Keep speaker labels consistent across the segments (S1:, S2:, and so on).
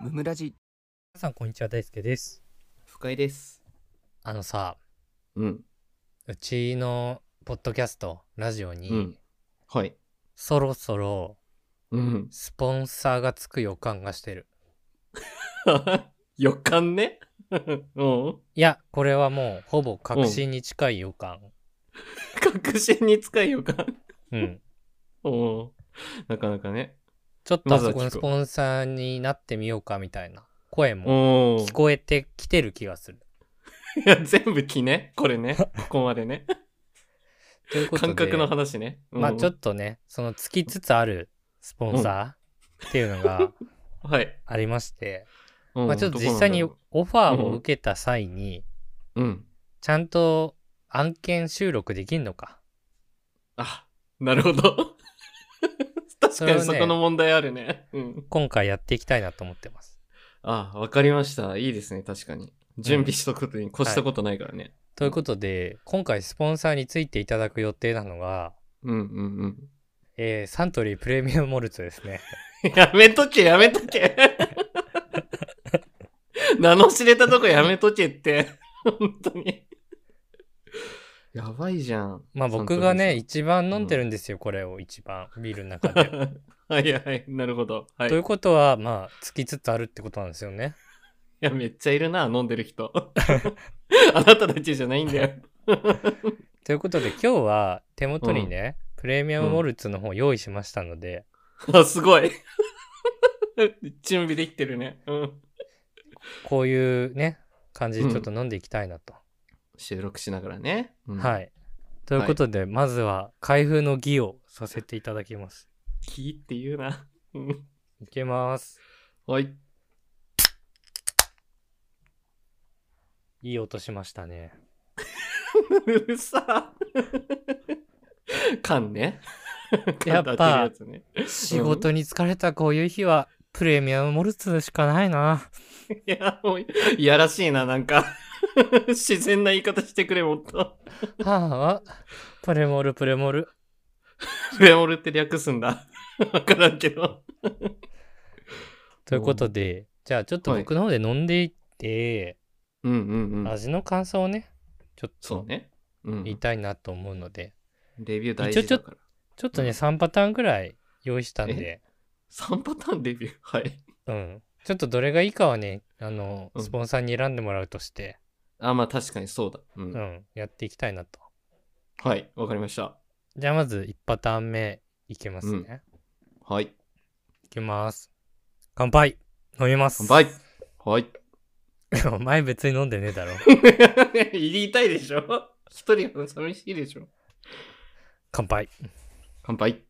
S1: ムムラジ
S2: 皆さんこんにちは大輔です
S1: 不快です
S2: あのさ
S1: うん
S2: うちのポッドキャストラジオに、
S1: うんはい
S2: そろそろ
S1: うん
S2: スポンサーがつく予感がしてる
S1: 予感ね うん
S2: いやこれはもうほぼ確信に近い予感
S1: 確信に近い予感
S2: うん、
S1: うんなかなかね
S2: ちょっと
S1: ま
S2: あ
S1: ずは
S2: そ
S1: 聞こう
S2: このスポンサーになってみようかみたいな声
S1: う
S2: も
S1: ん
S2: 聞こえてきてる気がする
S1: いや全部気ねこれ ねここまでね
S2: ということで
S1: 感覚の話ね、うん
S2: まあちょっとねそのつきつつあるスポンサーっていうのが
S1: はい、
S2: ありまして、
S1: うん
S2: まあちょっと
S1: どこな
S2: 実
S1: んだ
S2: 際に
S1: ろ
S2: オファーを受けた際に、
S1: ううん
S2: ちゃんと案件収録できんのか。
S1: あなるほど 確
S2: そ
S1: か
S2: れを
S1: に
S2: ね
S1: そこの問題あるねうん
S2: 今回やっていきたいなと思ってます。
S1: あわかりましたいいですね確かに準備しとくことに越したことないからね、
S2: ということで、今回スポンサーについていただく予定なのが、
S1: うんうんうん
S2: えーサントリープレミアムモルツです ね。
S1: やめとけ、やめとけ。 名の知れたとこやめとけって。本当に。やばいじゃん。
S2: まあ僕がね、
S1: サン
S2: 一番飲んでるんですよ、これを一番、ビールの中
S1: トリ
S2: で。
S1: ーさん、 はいはい、なるほど。はい。
S2: という
S1: い
S2: ことは、まあ、つきつつあるってことなんですよね。
S1: や、めっちゃいるな、飲んでる 人。あなたたちじゃないんだよ。
S2: ということで、今日は手元にね、プレミアムモルツの方用意しましたので、
S1: あ、すごい。 準備できてるね。うん。
S2: こういうね、感じでちょっと飲んでいきたいなと。
S1: 収録しながらね。うん
S2: はい。ということで、まずは開封の儀をさせていただきます。
S1: キーって言うな。うん
S2: いけます。
S1: はい。
S2: いい音しましたね。
S1: うる さ。缶ね。
S2: やっ
S1: 缶と当
S2: ぱ
S1: てるやつね、
S2: 仕事に疲れたこういう日は、プレミアムモルツしかないな。
S1: いや、もう、いやらしいな、なんか。 自然な言い方してくれ、もっと。
S2: はあはあ、プレモルプレモル。
S1: フレモルって略すんだ。 わからんけど。
S2: ということで、じゃあちょっと僕の方で飲んでいって、
S1: うんうんうん。
S2: 味の感想をね、ちょっ
S1: そう
S2: と
S1: ね。う
S2: 言い
S1: ん。
S2: たいなと思うので、
S1: レビュー大事だから。
S2: ちょっとね、
S1: うん
S2: 3パターンぐらい用意したんで、
S1: 3パターンレビュー。はい。
S2: うん。ちょっとどれがいいかはね、あの、
S1: うん
S2: スポンサーに選んでもらうとして、
S1: あ、まあ確かにそうだ。うん。
S2: うん、やっていきたいなと。
S1: はい、わかりました。
S2: じゃあまず1パターン目いきますね。
S1: うんはい。
S2: いきます。乾杯飲みます。
S1: 乾杯はい。
S2: お前別に飲んでねえだろ。
S1: 言いたいでしょ一人は寂しいでしょ
S2: 乾杯。
S1: 乾杯。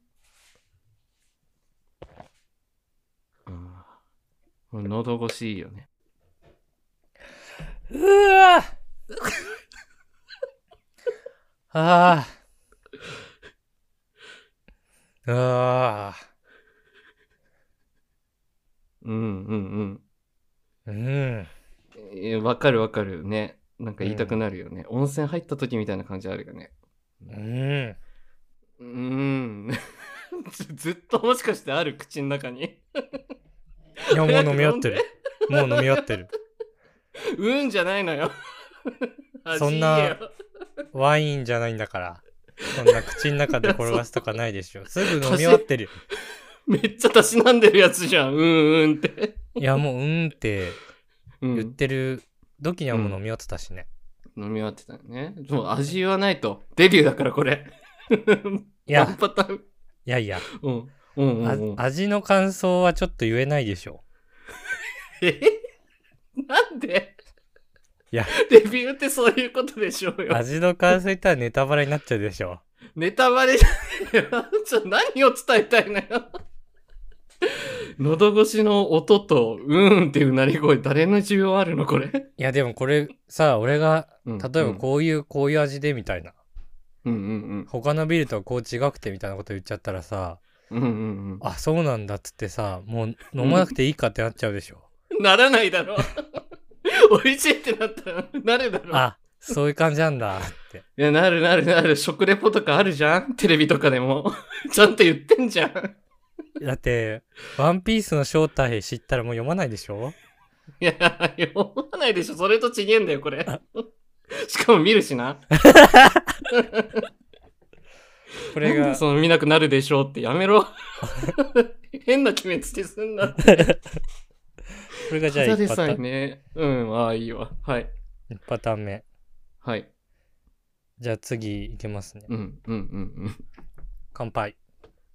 S1: あーこれ喉越しいいよね。
S2: うわぁ ああ。ああ。
S1: うんうんう
S2: うん。
S1: んえー。わかるわかるね。なんか言いたくなるよね。温泉入った時みたいな感じあるよね。
S2: うん。
S1: うーん。 ずずっともしかしてある口の中に。
S2: いや、もう飲み合ってる。もう飲み合ってる。
S1: うんじゃないのよ。
S2: そんなワインじゃないんだから。そんな口の中で転がすとかないでしょ。すぐ飲み終わってるよ。
S1: 味よ。 めっちゃたしなんでるやつじゃん。うんうんって。
S2: いや、もう、うんって
S1: うん、
S2: 言ってる時にはもう飲み終わってたしね。
S1: 飲み終わってたよね。でも味言わないと。デビューだからこれ。
S2: いや
S1: ワン、パターン。
S2: いやいや、
S1: うん。うんうん
S2: あ
S1: うん、
S2: 味の感想はちょっと言えないでしょ。
S1: えなんで
S2: いや、
S1: デビューってそういうことでしょうよ。
S2: 味の感想言ったらネタバレになっちゃうでしょ。
S1: ネタバレじゃねえよ。ちょ、何を伝えたいのよ。喉越しの音と、うーんっていう鳴り声、誰の需要あるのこれ。
S2: いや、でもこれさ、俺が、
S1: うん
S2: 例えばこういう、こういう味でみたいな。
S1: うんうん
S2: 他のビールとはこう違くてみたいなこと言っちゃったらさ、
S1: うん。うんうん
S2: あ、そうなんだっつってさ、もう飲まなくていいかってなっちゃうでしょ。
S1: うん。ならないだろ。 美味しいってなったら、なるだろ。
S2: あ、そういう感じなんだって。
S1: いや、なる なるなる。食レポとかあるじゃんテレビとかでも。ちゃんと言ってんじゃん。
S2: だって、ワンピースの正体知ったらもう読まないでしょ
S1: いや、読まないでしょ。それと違えんだよ、これ。しかも見るしな。
S2: こ
S1: こ
S2: れが、
S1: その見なくなるでしょうってやめろ。 変な決めつけすんなって。
S2: これがじゃあ
S1: ただ
S2: 一
S1: で
S2: パタ
S1: さ
S2: ー
S1: え
S2: ン、
S1: ね。うん、ああ、いいわ。はい。
S2: 一パターン目。
S1: はい。
S2: じゃあ次いけますね。
S1: うん、うん、うん、うん。
S2: 乾杯。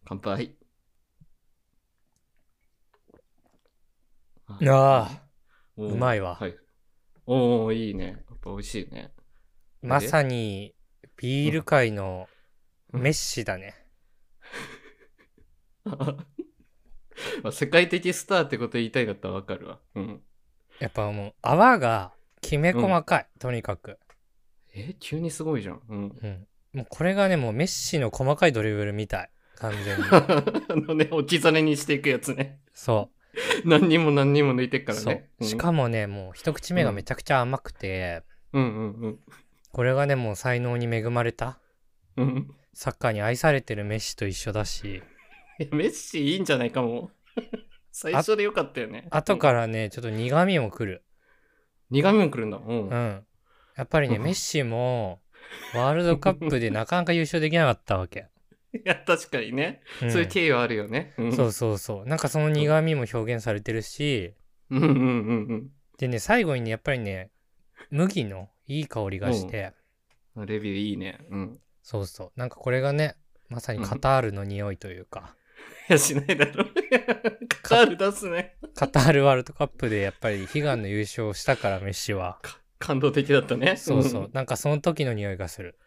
S1: 乾杯。
S2: あ
S1: おー
S2: うまいわ
S1: はい。おおいいね。やっぱ美味しいね。
S2: あ、まさにビール界のメッシだね。
S1: まあ、世界的スターってこと言いたいんだったらわかるわ。うん。
S2: やっぱもう泡がきめ細かい、とにかく。
S1: え、急にすごいじゃん。うん。。
S2: うん。もうこれがね、もうメッシの細かいドリブルみたい。完全に
S1: あのね、置き去りにしていくやつね。
S2: そ
S1: 何人も何人も抜いてっ
S2: う。
S1: から
S2: そう
S1: ね。。
S2: しかもね、もう一口目がめちゃくちゃ甘くて、
S1: も。うんうん
S2: これがね、もう才能に恵まれた。
S1: うん。うん。
S2: サッカーに愛されてるメッシと一緒だし、
S1: いやメッシいいんじゃないかも。 最初でよかったよね。
S2: 後からね、ちょっと苦味も来る。
S1: 苦味もくるんだ。うん。
S2: う
S1: あ
S2: ん。やっぱりね、
S1: うん
S2: メッシも、ワールドカップでなかなか優勝できなかったわ け。
S1: いや、確かにね。
S2: うん
S1: そういう経緯はあるよね。うん、
S2: そうそうそう。なんかその苦味も表現されてるし、
S1: うんうんうん
S2: でね、最後にね、やっぱりね、麦のいい香りがして、
S1: うん。レビューいいね。うん。
S2: そうそう。なんかこれがね、まさにカタールの匂いというか、
S1: いや、しないだろ。 カール出すね。
S2: カタールワールドカップでやっぱり悲願の優勝したから、メッシは。
S1: 感動的だったね。
S2: そうそう。なんかその時の匂いがする。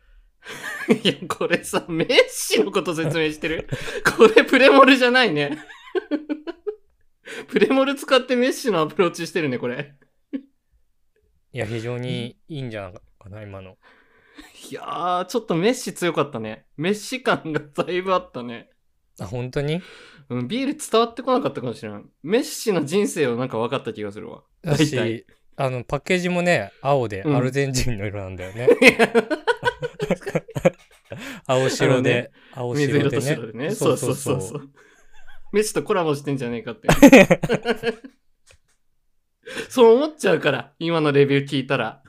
S1: うん。いや、これさ、メッシのこと説明してる これプレモルじゃないね。 プレモル使ってメッシのアプローチしてるね、これ。
S2: いや、非常にいいんじゃないかな、今の。
S1: いやー、ちょっとメッシ強かったね。メッシ感がだいぶあったね。
S2: あ、本当に
S1: うん、ビール伝わってこなかったかもしれない。メッシの人生をなんか分かった気がするわ。
S2: だ
S1: 大体
S2: し、あの、パッケージもね、青で、
S1: うん
S2: アルゼンチンの色なんだよね。
S1: いや
S2: 青白で、
S1: あのね
S2: 青
S1: 水
S2: 白
S1: 色
S2: で
S1: と
S2: ね。
S1: 白でね。そうそうそうそう う。メッシとコラボしてんじゃねえかって。 そう思っちゃうから、今のレビュー聞いたら。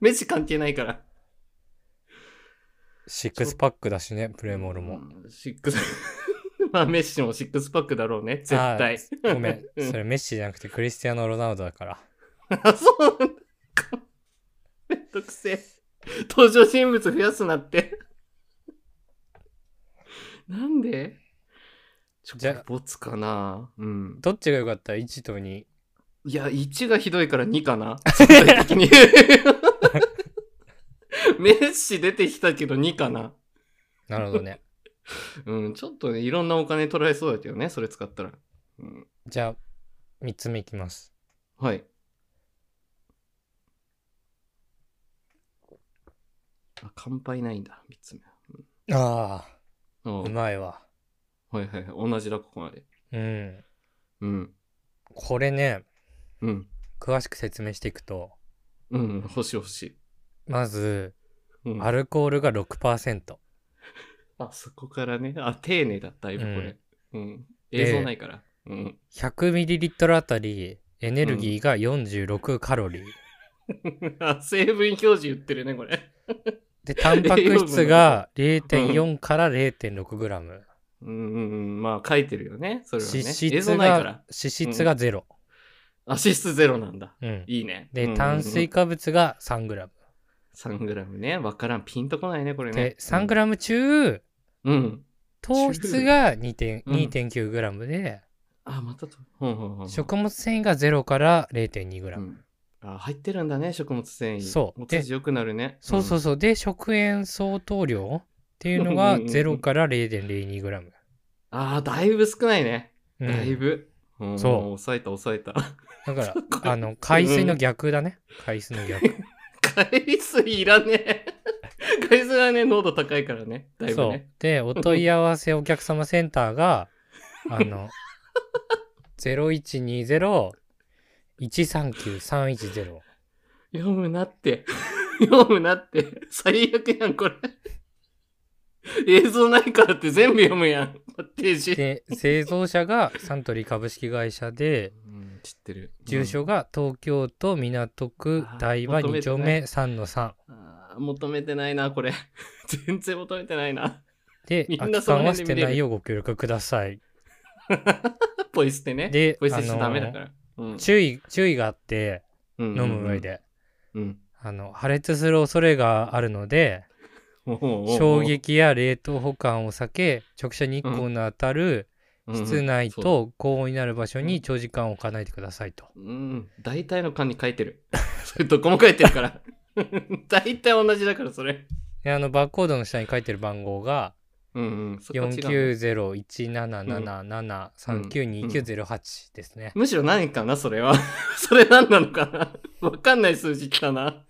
S1: メッシ関係ないから。
S2: シックスパックだしね、プレモルも。
S1: うん。シックス。 まあメッシもシックスパックだろうね、絶対。
S2: あーごめん
S1: 、うん
S2: それメッシじゃなくてクリスティアーノ・ロナウドだから。
S1: あ、そうなんだ。めんどくせえ。登場人物増やすなって。なんでちょ
S2: じゃあ
S1: ボツかなうん。
S2: どっちが良かった ?1 と2。
S1: いや、1がひどいから2かな。相対的に。 メッシ出てきたけど2かな。
S2: なるほどね。
S1: うん、ちょっとね、いろんなお金取られそうだけどね、それ使ったら。うん、
S2: じゃあ、3つ目いきます。
S1: はい。あ、乾杯ないんだ、3つ目。
S2: あ
S1: お
S2: あ、
S1: う
S2: うまいわ。
S1: はいはいはい、同じだ、ここまで。
S2: うん。
S1: うん、
S2: これね、
S1: うん、
S2: 詳しく説明していくと、
S1: うん、欲しい欲しい。
S2: まず、
S1: うん、
S2: アルコールが6%。
S1: あ、そこからね、あ、丁寧だ、だいぶこれ。うん。映像ないから。うん。
S2: 100ml あたりエネルギーが46カロリー、
S1: あ成分表示言ってるね、これ。
S2: でタンパク質が0.4から0.6グラム、
S1: うんうんうん、まあ書いてるよね、それはね。
S2: 脂
S1: 映
S2: 質
S1: 像ない
S2: が
S1: から
S2: 脂。質がゼロ、
S1: あ、脂質ゼロなんだ。
S2: うん
S1: いいね。
S2: で炭水
S1: 化。
S2: 化物が3グラム、
S1: 3グラムね。わからん。ピンとこないね、これね
S2: で。3グラム中
S1: ム。うん。
S2: 糖質が2点
S1: うん
S2: 2.9グラムで、
S1: あ、またと。ほんほんほん。
S2: 食物繊維が0から0.2グラ
S1: う
S2: ム、
S1: んあ、入ってるんだね、食物繊維。
S2: そう
S1: お通じ良くなるね。
S2: そうそううそうで食塩相当量っていうの
S1: う
S2: が
S1: んうんうん
S2: 0から0.02グラム、
S1: ん。あー、だいぶ少ないね。
S2: うん
S1: だいぶ。うん
S2: そう
S1: 抑えた、抑えた。
S2: だか
S1: これ
S2: らあの海水の逆だね、海水の 逆
S1: 海水いらねえ。 海水はね、濃度高いからね。だいぶ
S2: そう
S1: ね。
S2: でお問い合わせお客様センタ ーがあの0120-139-310
S1: 読むなって。読むなって。最悪やん、これ。映像ないからって全部読むやん。パッケージ。
S2: で製造者がサントリー株式会社で
S1: うん、知ってる。
S2: 住所が東京都港区台場
S1: あー求め
S2: 2
S1: てな
S2: 丁
S1: い
S2: 目3の3
S1: うんあー求めてないな、これ。 全然求めてないな。
S2: で
S1: みん
S2: 空
S1: な
S2: き
S1: その
S2: 缶は
S1: 辺で見
S2: 捨て
S1: れる
S2: ないようご協力ください
S1: ポイ捨てね。
S2: で
S1: ポイ捨てしちゃダ
S2: あの
S1: メ
S2: ー
S1: だから。うん
S2: 注意注意があって
S1: うん
S2: 飲む上。で
S1: うん。
S2: あの破裂する恐れがあるので衝
S1: 衝
S2: 撃や冷凍保管を避け直射日光の当たる室内と高温になる場所に長時間置かないでくださいと。
S1: うん、大体の缶に書いてる。 それどこも書いてるから。 大体同じだから、それ。
S2: であのバーコードの下に書いてる番号が
S1: うんうん。そこは違う
S2: 4901777392908ですね。
S1: むしろ何かな、それは。 それ何なのかな。わかんない数字来たな。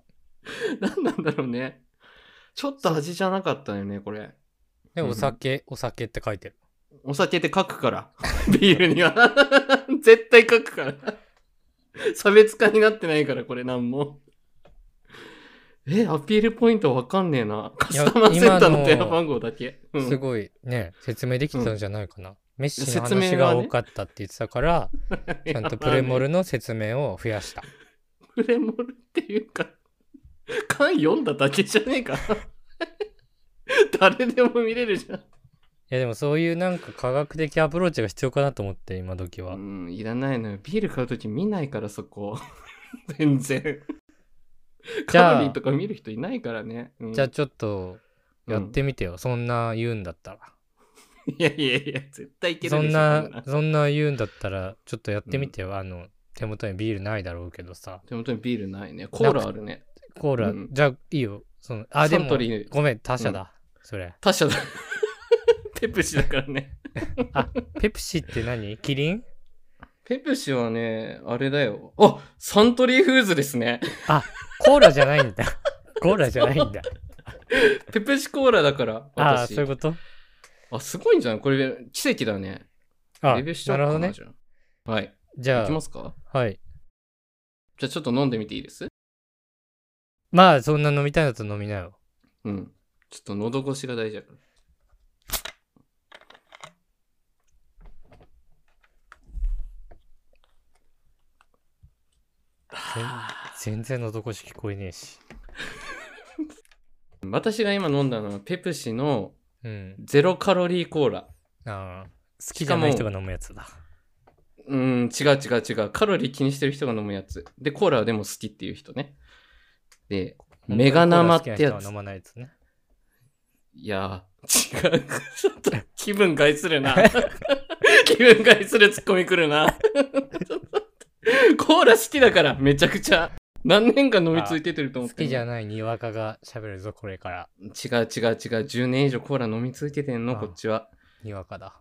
S1: 何なんだろうね。ちょっと味じゃなかったよね、これ。
S2: で
S1: うん
S2: お酒お酒って書いてる。
S1: お酒って書くから。 ビールには。 絶対書くから。差別化になってないから、これなんも。え、アピールポイントわかんねえな。カ
S2: いや
S1: スタマーセンター
S2: 今
S1: の
S2: の
S1: 電話番号だけ。うん
S2: すごいね説明できてたんじゃないかな。メッシの
S1: 説明は
S2: 話
S1: ね
S2: が多かったって言ってたからちゃんとプレ
S1: い
S2: モ。
S1: やまあね
S2: ルの説明を増やした。
S1: プレモルっていうか、缶読んだだけじゃねえか。 誰でも見れるじゃん。
S2: いやでもそういうなんか科学的アプローチが必要かなと思って今時は。
S1: うん、いらないのよ。ビール買うとき見ないから、そこ。 全然。
S2: じゃあ
S1: カロリーとか見る人いないからね。うん
S2: じゃあちょっとやっ
S1: うん
S2: てみてよ、そんな言うんだったら。
S1: いやいやいや、絶対いけるでしょ。
S2: そん
S1: こ
S2: なそんな言うんだったらちょっとやってみてよ、あの手元にビールないだろうけどさ
S1: 手元にビールないね。コーラあるね。
S2: コーラ、
S1: うん
S2: じゃあいいよそのあで
S1: サン
S2: も
S1: トリー
S2: ごめん他社だ、それ
S1: 他社だ。 ペプシだからね。
S2: あペプシって何キリン
S1: ペプシはね、あれだよ。あサントリーフーズです ね。
S2: コーラじゃない んだコーラじゃないんだ
S1: ペプシコーラだから、
S2: ああ
S1: 私。
S2: そういうこと
S1: あ、すごいんじゃないこれ、奇跡だね。
S2: あ
S1: レビューしちゃ
S2: な
S1: お
S2: る
S1: うか
S2: ほど
S1: な、
S2: ね
S1: じゃあはい。
S2: じ
S1: い
S2: ゃ
S1: きます
S2: あ
S1: か
S2: はい
S1: じゃあちょっと飲んでみていいです
S2: まあそんな飲みたいんだと飲みなよ
S1: うん。ちょっと喉越しが大事だから。は
S2: 全然喉越し聞こえねえし
S1: ぁ私が今飲んだのはペプシの
S2: うん
S1: ゼロカロリーコーラ。
S2: ああ好きじゃない人が飲むやつだ
S1: うん、違う違う違う。カロリー気にしてる人が飲むやつ。で、コーラはでも好きっていう人ね。で、メガ生ってや
S2: 本当にコーラ好きな
S1: つ
S2: 人は飲。まないやつね
S1: いやー、違う。ちょっと気分害するな。 気分害するツッコミ来るな。 ちょっと待ってコーラ好きだから、めちゃくちゃ。何年間飲み続いててると思
S2: 好
S1: ってんの。
S2: きじゃないにわかが喋るぞこれから
S1: 違う違う違う。10年以上コーラ飲み続けてんの、
S2: あ
S1: こっちは。
S2: にわかだ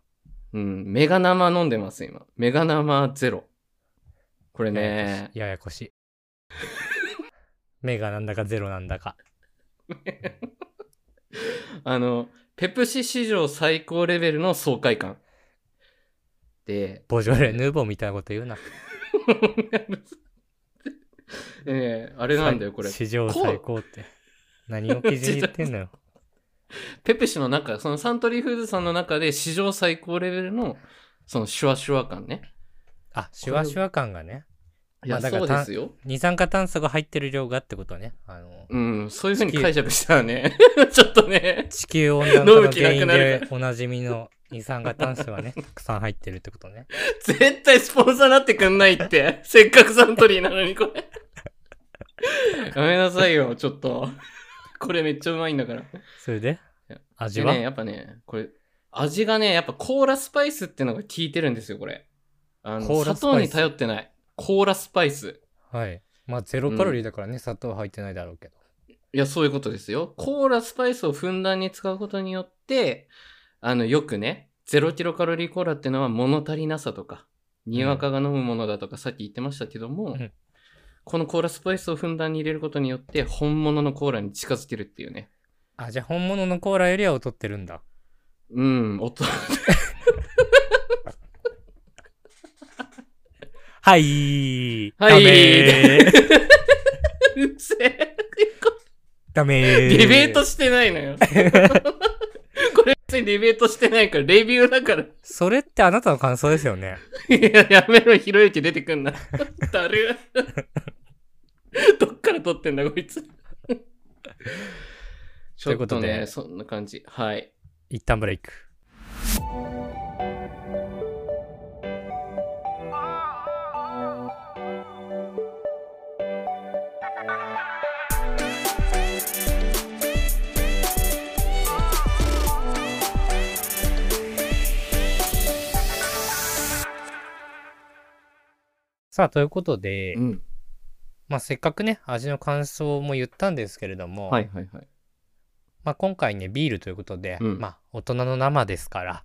S1: うん。メガ生飲んでます、今。メガ生ゼロ。これね。
S2: ややこしい。 目がなんだかゼロなんだか。
S1: あの、ペプシ史上最高レベルの爽快感。で、
S2: ボジョレ・ヌーボーみたいなこと言うな。
S1: ええあれなんだよ、これ。
S2: 史上最高って。何を基準に言ってんの よ。
S1: ペプシの中、そのサントリーフーズさんの中で史上最高レベルの、そのシュワシュワ感ね。
S2: あ、シュワシュワ感がね。
S1: いや、
S2: まあだか
S1: そ
S2: ら
S1: うですよ。
S2: 二酸化炭素が入ってる量がってことね。あの、
S1: うん、そういう風に解釈したらね、 ちょっとね、
S2: 地球温暖化の原因でおなじみの二酸化炭素がね、たくさん入ってるってことね。
S1: 絶対スポンサーなってくんないって。せっかくサントリーなのに、これ。やめなさいよ、ちょっと。これめっちゃうまいんだから。
S2: それで
S1: や
S2: 味
S1: で
S2: は、
S1: ね、やっぱね、これ、味がね、やっぱコーラスパイスってのが効いてるんですよ、これ。あの、
S2: コーラ
S1: 砂
S2: スパイス
S1: 糖に頼ってない。コーラスパイス。
S2: はい。まあゼロカロリーだからね、砂糖入ってないだろうけど。
S1: いや、そういうことですよ。コーラスパイスをふんだんに使うことによって、あの、よくね、0キロカロリーコーラってのは物足りなさとか、にわかが飲むものだとか、さっき言ってましたけども、
S2: うん
S1: このコーラスパイスをふんだんに入れることによって、本物のコーラに近づけるっていうね。
S2: あ、じゃあ本物のコーラよりは劣ってるんだ。
S1: うん、音。
S2: は
S1: は
S2: い。
S1: い
S2: ダメー
S1: うぜえ。
S2: ダメー。
S1: ディベートしてないの よ。これ別にディベートしてないから、レビューだから。
S2: それってあなたの感想ですよね。
S1: いや、やめろ、ひろゆき出てくんな。 だる。 どっから撮ってんだ、こいつ。ち
S2: とい
S1: ょ
S2: う
S1: っ
S2: こととで
S1: ね、そんな感じ。はい。
S2: 一旦ブレイク。さあ、ということで、
S1: うん。
S2: まあ、せっかくね、味の感想も言ったんですけれども、
S1: はいはいはい。
S2: まあ、今回ね、ビールということで、
S1: うん
S2: まあ、大人の生ですから、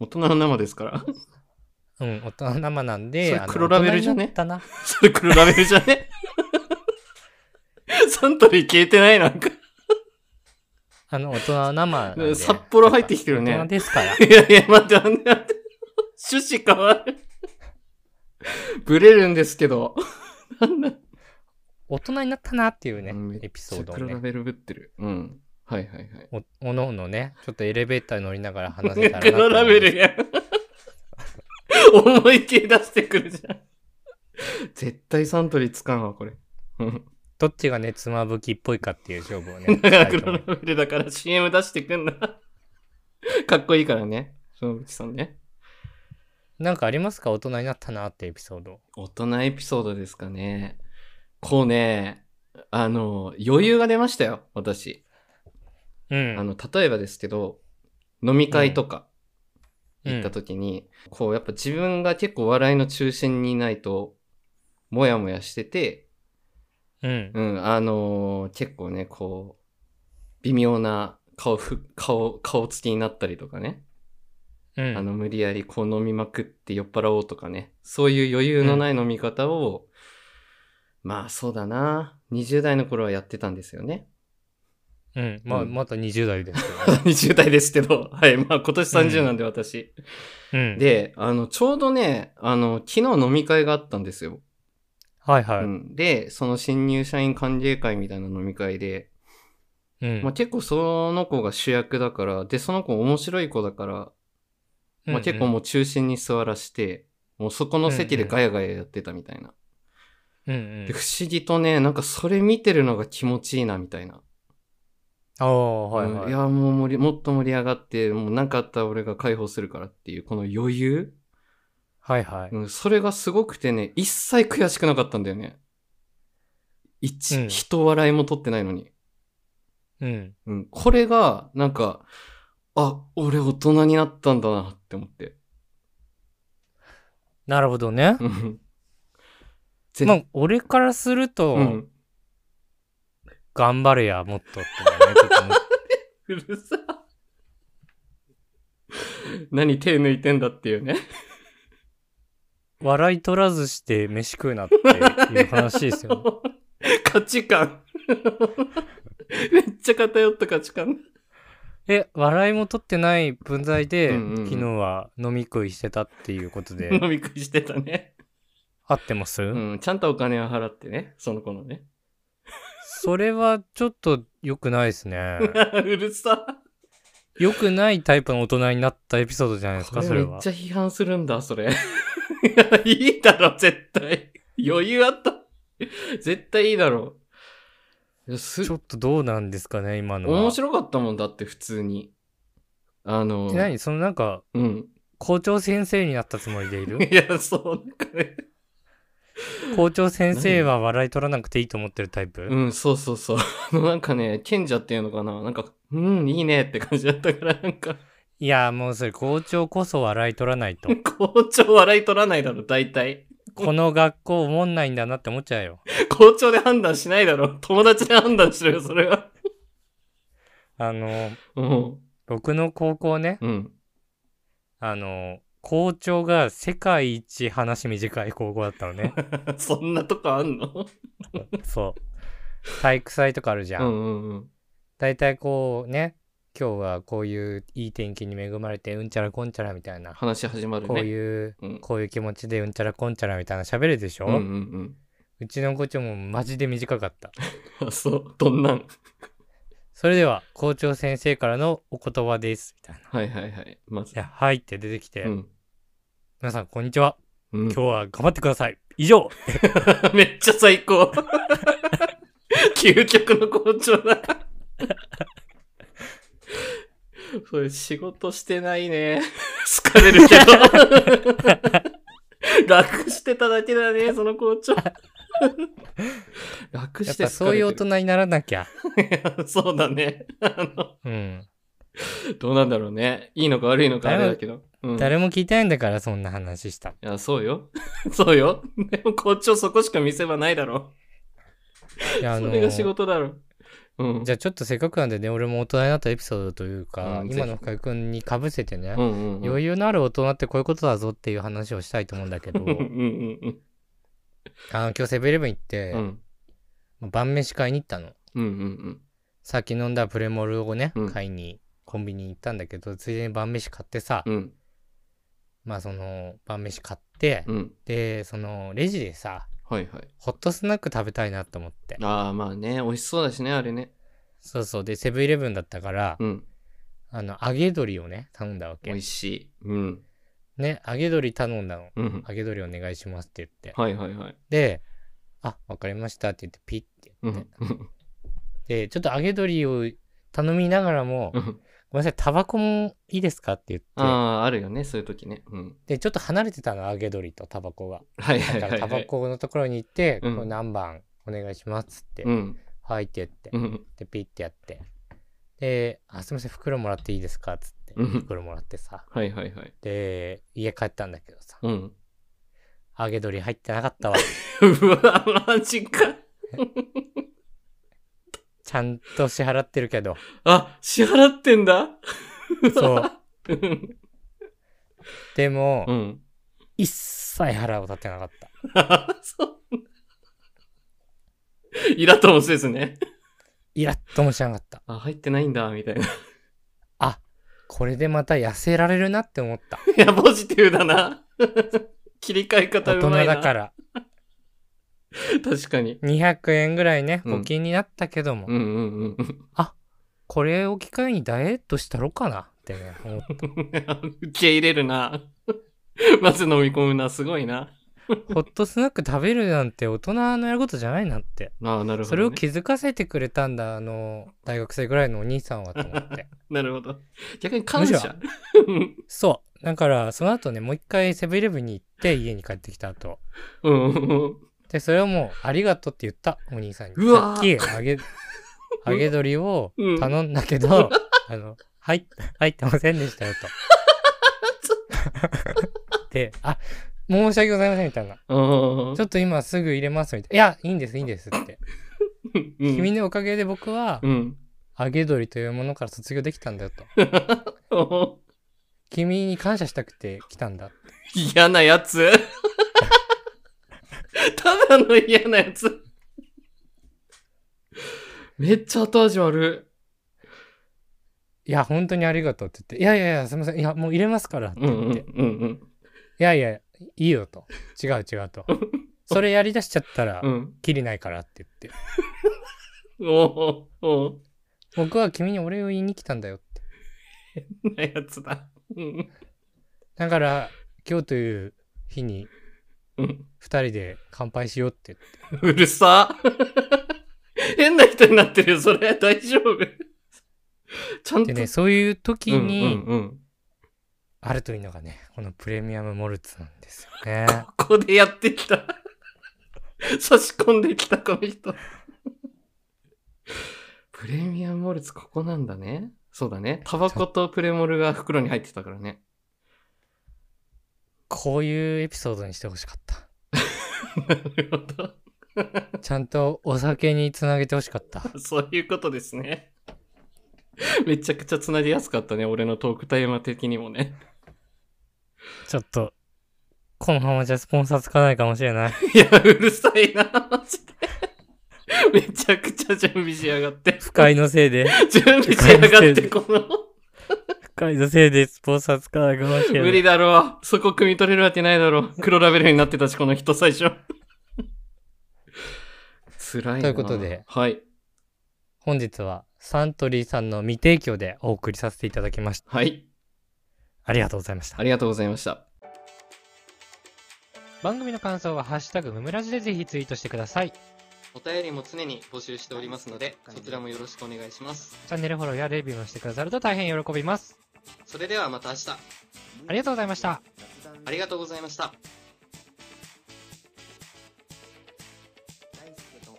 S1: 大人の生ですから。
S2: うん、大人の生なんで、
S1: それ
S2: あの
S1: 黒ラベルじゃね
S2: 大人になった
S1: それ黒ラベルじゃね サントリー消えてないなんか。
S2: な。あの、大人の生なんで。
S1: 札幌入ってきてるね
S2: 大人ですから。
S1: いやいや、待って待って待って。趣旨変わる。ブレるんですけど。なんだ
S2: 大人になったなっていうね
S1: うんめっ、ちゃ
S2: エピソードを
S1: 黒ラ
S2: ね。
S1: ベルぶってる。うん。はいはいはい。
S2: おおのおのね、ちょっとエレベーターに乗りながら話せたらなと
S1: 黒
S2: 思いま
S1: ラ
S2: す
S1: ベルやん。思いっきり出してくるじゃん。絶対サントリーつかんわ、これ。うん
S2: どっちがね、つまぶきっぽいかっていう勝負 をね。
S1: だから
S2: したいと
S1: 黒
S2: 思
S1: ラ
S2: います
S1: ベルだから CM 出してくんな。かっこいいからね。そのうちさんね。
S2: なんかありますか大人になったなってエピソード。
S1: 大人エピソードですかね。こうね、あの、余裕が出ましたよ、私。
S2: うん。
S1: あの、例えばですけど、飲み会とか行った時に、こう、やっぱ自分が結構笑いの中心にいないと、もやもやしてて、
S2: うん。うん。
S1: うん、あのー結構ね、こう、微妙な顔ふ、顔、顔つきになったりとかね、
S2: うん。
S1: あの、無理やりこう飲みまくって酔っ払おうとかね、そういう余裕のない飲み方を、まあそうだな、20代の頃はやってたんですよね。
S2: うん。まあ、
S1: うん
S2: また20代ですよね。
S1: 20代ですけど、はい、まあ今年30なんで私。
S2: う ん。、
S1: で、あの、ちょうどね、あの、昨日飲み会があったんですよ。
S2: はいはい。
S1: うん、で、その新入社員歓迎会みたいな飲み会で、
S2: うん
S1: まあ結構その子が主役だから、で、その子面白い子だから、まあ、結構もう中心に座らして、もうそこの席でガヤガヤやってたみたいな。
S2: うんうん
S1: で不思議とね、なんかそれ見てるのが気持ちいいなみたいな。
S2: ああ、はいはいい。
S1: や、もう盛りもっと盛り上がって、もうなんかあったら俺が解放するからっていう、この余裕、
S2: はいはい。
S1: うん、それがすごくてね、一切悔しくなかったんだよね。一、
S2: うん
S1: 人笑いも取ってないのに。
S2: うん。
S1: うん、これが、なんか、あ、俺大人になったんだなって思って。
S2: なるほどね。
S1: うん
S2: まあ、俺からすると、
S1: うん。
S2: 頑張れや、もっとってのはね、ちょっ と思っ
S1: うるさ。何手抜いてんだっていうね。
S2: て笑い取らずして飯食うなっていう話ですよ、ね。
S1: 価値観。めっちゃ偏った価値観。
S2: え、笑いも取ってない分際で、
S1: うんうんうん
S2: 昨日は飲み食いしてたっていうことで、
S1: 飲み食いしてたね。
S2: 合ってます、
S1: うん、ちゃんとお金を払ってね、その子のね。。
S2: それはちょっと良くないですね
S1: うるさ。
S2: 良くないタイプの大人になったエピソードじゃないです
S1: こ
S2: か、
S1: れ
S2: そ
S1: め
S2: れ
S1: っ
S2: は
S1: ち。ゃ批判するんだ、それ。い や、いいだろ、絶対。余裕あった。絶対いいだろ。いやす
S2: ちょっとどうなんですかね、今のは。
S1: 面白かったもんだって、普通に。あの、
S2: え何そのなんか、
S1: うん。
S2: 校長先生になったつもりでい る
S1: いや、そう、なんかね。
S2: 校長先生は笑い取らなくていいと思ってるタイプ、
S1: うん、そうそうそう。あの、なんかね、賢者っていうのかななんか、うん、いいねって感じだったから、なんか、
S2: いやもうそれ校長こそ笑い取らな いと
S1: 校長笑い取らないだろ、大体。
S2: この学校思んないんだなって思っちゃうよ
S1: 校長で判断しないだろ。友達で判断しろよ、それは。
S2: あの
S1: うん。
S2: 僕の高校ね
S1: うん。
S2: あの校長が世界一話短い高校だったの ね
S1: そんなとこあんの
S2: そう体育祭とかあるじゃ、
S1: うんんうん
S2: だいたいこうね今日はこういういい天気に恵まれてうんちゃらこんちゃらみたいな
S1: 話始まるね。
S2: こういう
S1: うん。
S2: こういう気持ちでうんちゃらこんちゃらみたいな喋るでしょ、
S1: うんうんうん。
S2: うちの校長もマジで短かった。
S1: あ、そう。どんなん。
S2: それでは、校長先生からのお言葉です。みたいな。い
S1: はいはいはい。まず。
S2: や、はいって出てきて、
S1: うん。
S2: 皆さん、こんにちは。
S1: うん、
S2: 今日は頑張ってください。以上。
S1: めっちゃ最高。究極の校長だ。 それ仕事してないね。 疲れるけど。 楽してただけだ ね、その校長。楽
S2: やっ
S1: して疲れて
S2: ぱ
S1: る
S2: そういう大人にならなきゃ。
S1: いや そうだね。
S2: うん。
S1: どうなんだろうね。いいのか悪いのかあれだけど。うん、い
S2: 誰も聞いてないんだから、そんな話した。
S1: や、そうよ。 そうよ。でも校長そこしか見せ場ないだろ。
S2: いや、あ
S1: そ
S2: の
S1: れが仕事だろ。うん。
S2: じゃあちょっとせっかくなんでね、俺も大人になったエピソードというか、
S1: うん
S2: 今の深井くんにかぶせてね、
S1: うんうんうん、
S2: 余裕のある大人ってこういうことだぞっていう話をしたいと思うんだけど
S1: う、んうんうん
S2: あの今日セブンイレブン行って、
S1: うん
S2: 晩飯買いに行ったの。
S1: うんうん
S2: さっき飲んだプレモルをね、
S1: うん
S2: 買いにコンビニに行ったんだけど、ついでに晩飯買ってさ、
S1: うんうん
S2: まあその晩飯買って、
S1: うん
S2: で、そのレジでさ、
S1: はいはい
S2: ホットスナック食べたいなと思って。
S1: ああまあね美味しそうだしねあれね
S2: そうそう。で、セブンイレブンだったから、
S1: うん
S2: あの、揚げ鶏をね、頼んだわ
S1: 美
S2: け
S1: 味。しいうん
S2: ね、揚げ鶏頼んだの。
S1: うん
S2: 揚げ鶏お願いしますって言って。
S1: はいはいはい
S2: で、あ、わかりましたって言ってピッて
S1: う
S2: 言って。
S1: んうん
S2: で、ちょっと揚げ鶏を頼みながらも、
S1: う
S2: ご
S1: ん
S2: めんなさい、タバコもいいですかって言
S1: あ
S2: って、
S1: ああるよねそういう時ねうん
S2: で、ちょっと離れてたの、揚げ鶏とタバコが。
S1: はいは
S2: だ
S1: い
S2: か
S1: は
S2: ら
S1: いは
S2: タ
S1: い
S2: バコのところに行って、
S1: うん
S2: これ何番お願いしますって、
S1: うん
S2: はいって言って
S1: う、ん
S2: で、ピッてやって。で、あ、すみません、袋もらっていいですかっつって、
S1: うん
S2: 袋もらってさ。
S1: はいはいはい
S2: で、家帰ったんだけどさ、
S1: うん
S2: 揚げ鶏入ってなかったわ。
S1: うわマジか
S2: ちゃんと支払ってるけど。
S1: あ支払ってんだ
S2: そう
S1: うん
S2: でも、
S1: うん
S2: 一切腹を立てなかった。
S1: あ そうイラッともせずね
S2: イラッともしなかった。
S1: あ入ってないんだみたいな
S2: あ、これでまた痩せられるなって 思った。
S1: いや、ポジティブだな。 切り替え方
S2: 大
S1: う
S2: 人
S1: まいな。
S2: だから。
S1: 確かに。
S2: 200円ぐらいね、
S1: うん
S2: 募金になったけども、
S1: うんうんうんうん。
S2: これを機会にダイエットしたろかなってね、思っ
S1: 受け入れるな。 まず飲み込むな。すごいな。
S2: たホットスナック食べるなんて大人のやることじゃないなって。
S1: ああ、なるほど、ね。
S2: それを気づかせてくれたんだ、あの、大学生ぐらいのお兄さんはと思って。
S1: なるほど。逆に感
S2: むしろ
S1: 謝。
S2: そう。だから、その後ね、もう一回セブンイレブンに行って、家に帰ってきた後。
S1: うんうんうん。
S2: で、それをもう、ありがとうって言った、お兄さんに。
S1: うわ
S2: さっき、揚げ、揚げ鶏を
S1: うん
S2: 頼んだけど、 あの、入っ、入ってませんでしたよ と。 で、あ、申し訳ございませんみたいな。
S1: ああ。
S2: ちょっと今すぐ入れますみたいな。いや、いいんです、いいんですって。
S1: うん、
S2: 君のおかげで僕は
S1: う、ん。
S2: 揚げ鶏というものから卒業できたんだよと。君に感謝したくて来たんだ。
S1: 嫌なやつ。ただの嫌なやつ。めっちゃ後味悪
S2: いや、本当にありがとうって言って。いやいやいや、すみません。いや、もう入れますからって
S1: い。うんう
S2: 言っ
S1: ん
S2: て。
S1: うん
S2: いやいや、いいよと。違う違 うと。それやりだしちゃったら
S1: う、ん。うん。
S2: きりないからって言って。
S1: おうおう
S2: 僕は君にお礼を言いに来たんだよって。
S1: 変なやつだ。うん。
S2: だから、今日という日に
S1: うん
S2: 二人で乾杯しようって言って。
S1: うるさ。変な人になってるよ、それ。大丈夫。ちゃんと。
S2: でね、そういう時
S1: うん
S2: に
S1: うんうん
S2: あるというのがね、このプレミアムモルツなんですよね。
S1: ここでやってきた。差し込んできた、この人。プレミアムモルツ、ここなんだね。そうだね。タバコとプレモルが袋に入ってたからね。
S2: こういうエピソードにしてほしかった。
S1: なるほど。
S2: ちゃんとお酒につなげてほしかった。
S1: そういうことですね。めちゃくちゃ繋ぎやすかったね、俺のトークタイマー的にもね。
S2: ちょっと、このままじゃスポンサーつかないかもしれない。
S1: いや、うるさいな、マジで。めちゃくちゃ準備しやがって。
S2: 不快のせいで、
S1: 準備しやがって、この。
S2: 不快のせいでスポンサーつかないかもしれな
S1: 無
S2: い
S1: 理。だろう。そこ汲み取れるわけないだろう。黒ラベルになってたし、この人最初。 辛いな。
S2: ということで
S1: はい。
S2: 本日はサントリーさんの未提供でお送りさせていただきました。
S1: はい。
S2: ありがとうございました
S1: あ。りがとうございました。
S2: 番組の感想はハッシュタグムムラジでぜひツイートしてください。チ
S1: お便りも常に募集しておりますので、そちらもよろしくお願いします。
S2: ャンネルフォローやレビューもしてくださると大変喜びます。
S1: それではまた明日、
S2: ありがとうございました。
S1: ありがとうございました。
S3: 大輔と二人の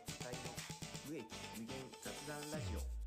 S3: 無益無限雑談ラジオ